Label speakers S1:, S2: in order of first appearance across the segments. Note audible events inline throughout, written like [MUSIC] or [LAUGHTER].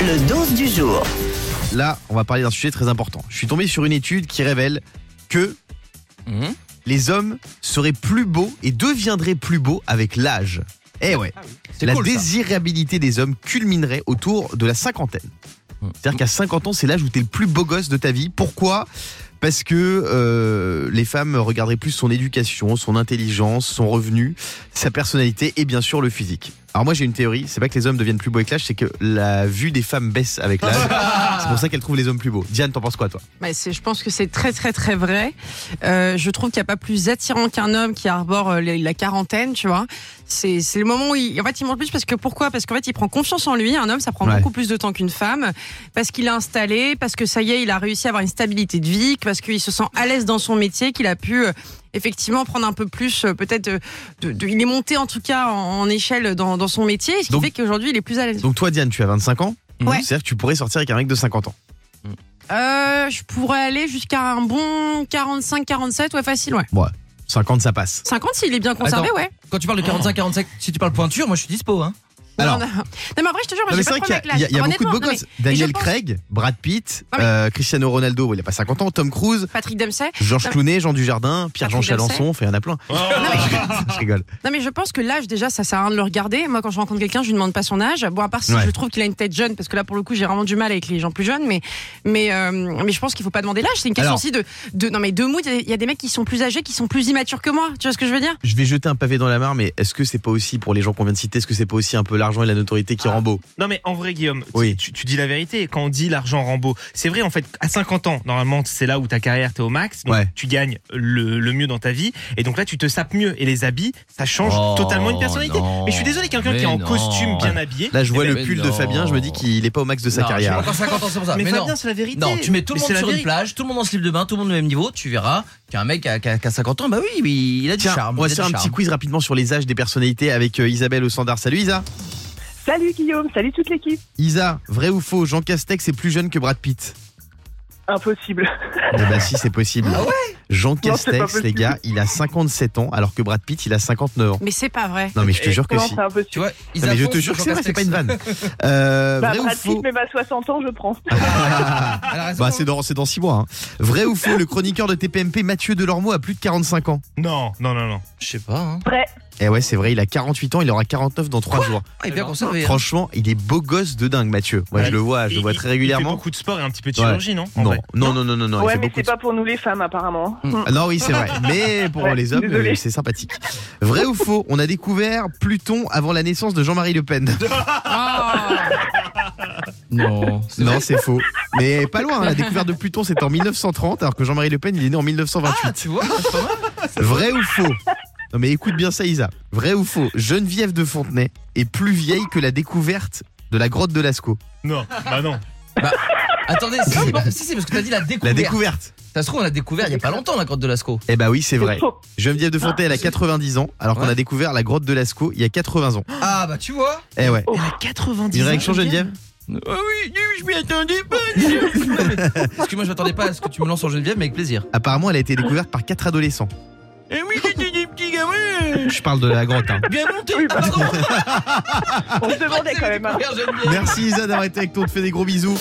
S1: Le dose du jour.
S2: Là, on va parler d'un sujet très important. Je suis tombé sur une étude qui révèle que
S3: Mhm.
S2: les hommes seraient plus beaux et deviendraient plus beaux avec l'âge. Eh ouais,
S3: Ah C'est
S2: la
S3: cool, ça.
S2: désirabilité des hommes culminerait autour de la cinquantaine.
S3: Mhm.
S2: C'est-à-dire qu'à 50 ans, c'est l'âge où t'es le plus beau gosse de ta vie. Pourquoi Parce que euh, les femmes regarderaient plus son éducation, son intelligence, son revenu, sa personnalité et bien sûr le physique. Alors moi j'ai une théorie, c'est pas que les hommes deviennent plus beaux avec l'âge, c'est que la vue des femmes baisse avec
S3: [LAUGHS]
S2: l'âge. c'est pour ça qu'elles trouvent les hommes plus beaux. Diane, t'en penses quoi toi
S4: Mais c'est- je pense que c'est très très très vrai. Euh, je trouve qu'il n'y a pas plus attirant qu'un homme qui arbore euh, les- la quarantaine, tu vois. C'est c'est le moment où il, en fait, il mange plus parce que pourquoi Parce qu'en fait, il prend confiance en lui. Un homme, ça prend
S2: Ouais.
S4: beaucoup plus de temps qu'une femme parce qu'il est installé, parce que ça y est, il a réussi à avoir une stabilité de vie, parce qu'il se sent à l'aise dans son métier, qu'il a pu euh, effectivement prendre un peu plus, euh, peut-être, de, de- de- il est monté en tout cas en, en échelle dans, dans son métier, ce qui
S2: Donc-
S4: fait qu'aujourd'hui, il est plus à l'aise.
S2: Donc toi Diane, tu as 25 ans
S4: Ouais.
S2: C'est-à-dire que tu pourrais sortir avec un mec de 50 ans.
S4: Euh, je pourrais aller jusqu'à un bon 45-47, ouais, facile, ouais.
S2: 50 ça passe.
S4: 50 s'il est bien conservé, ouais.
S3: Quand tu parles de 45-45, si tu parles pointure, moi je suis dispo. Hein.
S2: Alors-
S4: non, non. Non, mais en vrai, je te jure, moi,
S2: Non, mais
S4: j'ai
S2: c'est
S4: pas
S2: vrai
S4: de
S2: qu'il y a,
S4: problème avec l'âge.
S2: il y a- il y a
S4: Alors,
S2: beaucoup de beaux
S4: honnêtement, non,
S2: gosses.
S4: mais- et je
S2: Daniel
S4: pense-
S2: Craig, Brad Pitt,
S4: Non, mais-
S2: euh, Cristiano Ronaldo, il a pas 50 ans, Tom Cruise,
S4: Patrick Dempsey.
S2: Georges
S4: Non, mais-
S2: Clooney, Jean Dujardin, Pierre-Jean
S4: Patrick Dempsey.
S2: Chalençon, fait un plein. [LAUGHS] je rigole.
S4: Non, mais je pense que l'âge, déjà, ça sert à rien de le regarder. Moi, quand je rencontre quelqu'un, je lui demande pas son âge. Bon, à part si
S2: Ouais.
S4: je trouve qu'il a une tête jeune, parce que là, pour le coup, j'ai vraiment du mal avec les gens plus jeunes, mais, mais, euh, mais je pense qu'il faut pas demander l'âge. C'est une question
S2: Alors-
S4: aussi de, de. Non, mais de mood. Il y a- il y, a des mecs qui sont plus âgés, qui sont plus immatures que moi. Tu vois ce que je veux dire
S2: Je vais jeter un pavé dans la mare, mais est-ce que c'est pas aussi, pour les gens qu'on vient de citer, est-ce que c'est pas aussi un peu l'argent et la notoriété qui
S5: Ah.
S2: rend beau
S5: Non mais en vrai Guillaume, tu-
S2: Oui.
S5: tu, tu dis la vérité quand on dit l'argent Rambo. C'est vrai en fait à 50 ans normalement c'est là où ta carrière t'es au max, donc
S2: Ouais.
S5: tu gagnes le, le mieux dans ta vie et donc là tu te sapes mieux et les habits ça change
S3: Oh,
S5: totalement une personnalité.
S3: non.
S5: mais je suis désolé quelqu'un
S3: Mais
S5: qui est en
S3: non.
S5: costume bien habillé.
S2: Là, je vois
S5: eh ben,
S2: le pull de
S3: non.
S2: Fabien, je me dis qu'il est pas au max de sa
S3: Non,
S2: carrière.
S3: j'ai pas encore 50 ans, c'est pour ça.
S5: Mais,
S3: Mais, non.
S5: Fabien c'est la vérité.
S3: Non, tu mets tout le
S5: Mais
S3: monde
S5: c'est la
S3: sur une
S5: vérité.
S3: plage, tout le monde en slip de bain, tout le monde au même niveau, tu verras qu'un mec à, 50 ans, bah oui, oui, il a du
S2: Tiens,
S3: charme.
S2: on va
S3: il a
S2: se
S3: du
S2: faire un
S3: charme.
S2: petit quiz rapidement sur les âges des personnalités avec euh, Isabelle au standard. Salut Isa
S6: Salut Guillaume, salut toute l'équipe.
S2: Isa, vrai ou faux, Jean Castex est plus jeune que Brad Pitt
S6: Impossible.
S2: Eh ben si, c'est possible.
S3: Ah ouais
S2: Jean
S6: c'est pas
S2: Castex, les
S6: possible.
S2: gars, il a 57 ans alors que Brad Pitt, il a 59 ans.
S4: Mais c'est pas vrai.
S2: Non mais je te
S3: Et
S2: jure que
S6: Comment
S2: si.
S6: c'est impossible
S3: Tu vois, ils
S2: Non, mais je
S3: avancent
S2: te jure que
S3: sur
S2: c'est vrai, c'est
S3: Castex.
S2: pas une vanne. Euh,
S6: Bah,
S2: vrai ou
S6: Brad Pitt,
S2: faux Ah
S6: même à 60 ans, je prends.
S3: Elle a raison.
S2: Bah c'est dans c'est dans 6 mois. hein. Vrai ou faux Le chroniqueur de TPMP Mathieu Delormeau a plus de 45 ans.
S5: Non non non non.
S3: Je sais pas. Hein.
S6: Vrai.
S2: Eh ouais c'est vrai, il a 48 ans, il aura 49 dans 3 jours.
S3: Ah, il est bien
S5: Alors,
S3: conservé. hein.
S2: Franchement, il est beau gosse de dingue Mathieu. Moi
S5: Ouais.
S2: je le
S3: Ah,
S2: vois, je
S5: Il-
S2: le vois
S5: il-
S2: très
S5: Il fait
S2: régulièrement.
S5: beaucoup de sport et un petit peu de chirurgie non en
S2: Non,
S5: vrai
S2: non non non non non. il
S6: ouais,
S2: fait
S6: mais
S2: beaucoup
S6: c'est
S2: de-
S6: pas pour nous les femmes apparemment.
S3: Mm.
S2: Ah Non oui c'est
S6: [LAUGHS]
S2: vrai, mais pour
S6: Ouais,
S2: les hommes
S6: désolé.
S2: euh, c'est sympathique. Vrai ou faux On a découvert Pluton avant la naissance de Jean-Marie Le
S5: [LAUGHS]
S2: Pen.
S4: Ah.
S3: [LAUGHS] Non.
S2: Non c'est faux, mais pas loin. hein. La découverte de Pluton c'est en 1930 alors que Jean-Marie Le Pen il est né en 1928.
S3: Ah, tu vois,
S5: Ah,
S2: Vrai ou faux Non mais écoute bien ça Isa. Vrai ou faux Geneviève de Fontenay est plus vieille que la découverte de la grotte de Lascaux.
S5: Non bah non.
S3: Attendez, si, c'est pas- si, si, parce que t'as dit la découverte.
S2: La découverte
S3: Ça se trouve, on l'a découvert il y a pas longtemps, la grotte de Lascaux.
S2: Eh bah oui c'est
S6: [LAUGHS]
S2: vrai.
S6: faux.
S2: Geneviève de Fontenay elle a 90 ans alors qu'on
S3: Ah, Ouais.
S2: a découvert la grotte de Lascaux il y a 80 ans.
S3: Ah, bah tu vois.
S2: Eh ouais.
S4: Oh.
S5: Elle a 90
S2: Une réaction Geneviève
S3: Ah oui, je m'y attendais pas. [LAUGHS] Parce que moi, je m'attendais pas à ce que tu me lances en Geneviève, mais avec plaisir.
S2: Apparemment elle a été découverte par quatre adolescents.
S3: Eh oui, j'étais des petits gamins.
S2: Je parle de la grotte. hein.
S3: Bien monté.
S6: Oui, bah.
S3: pardon.
S6: On se demandait quand même. hein.
S2: Merci Isa d'avoir été avec nous, on te fait des gros bisous.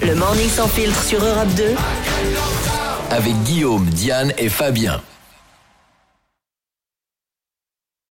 S1: Le morning sans filtre sur Europe 2.
S7: avec Guillaume, Diane et Fabien.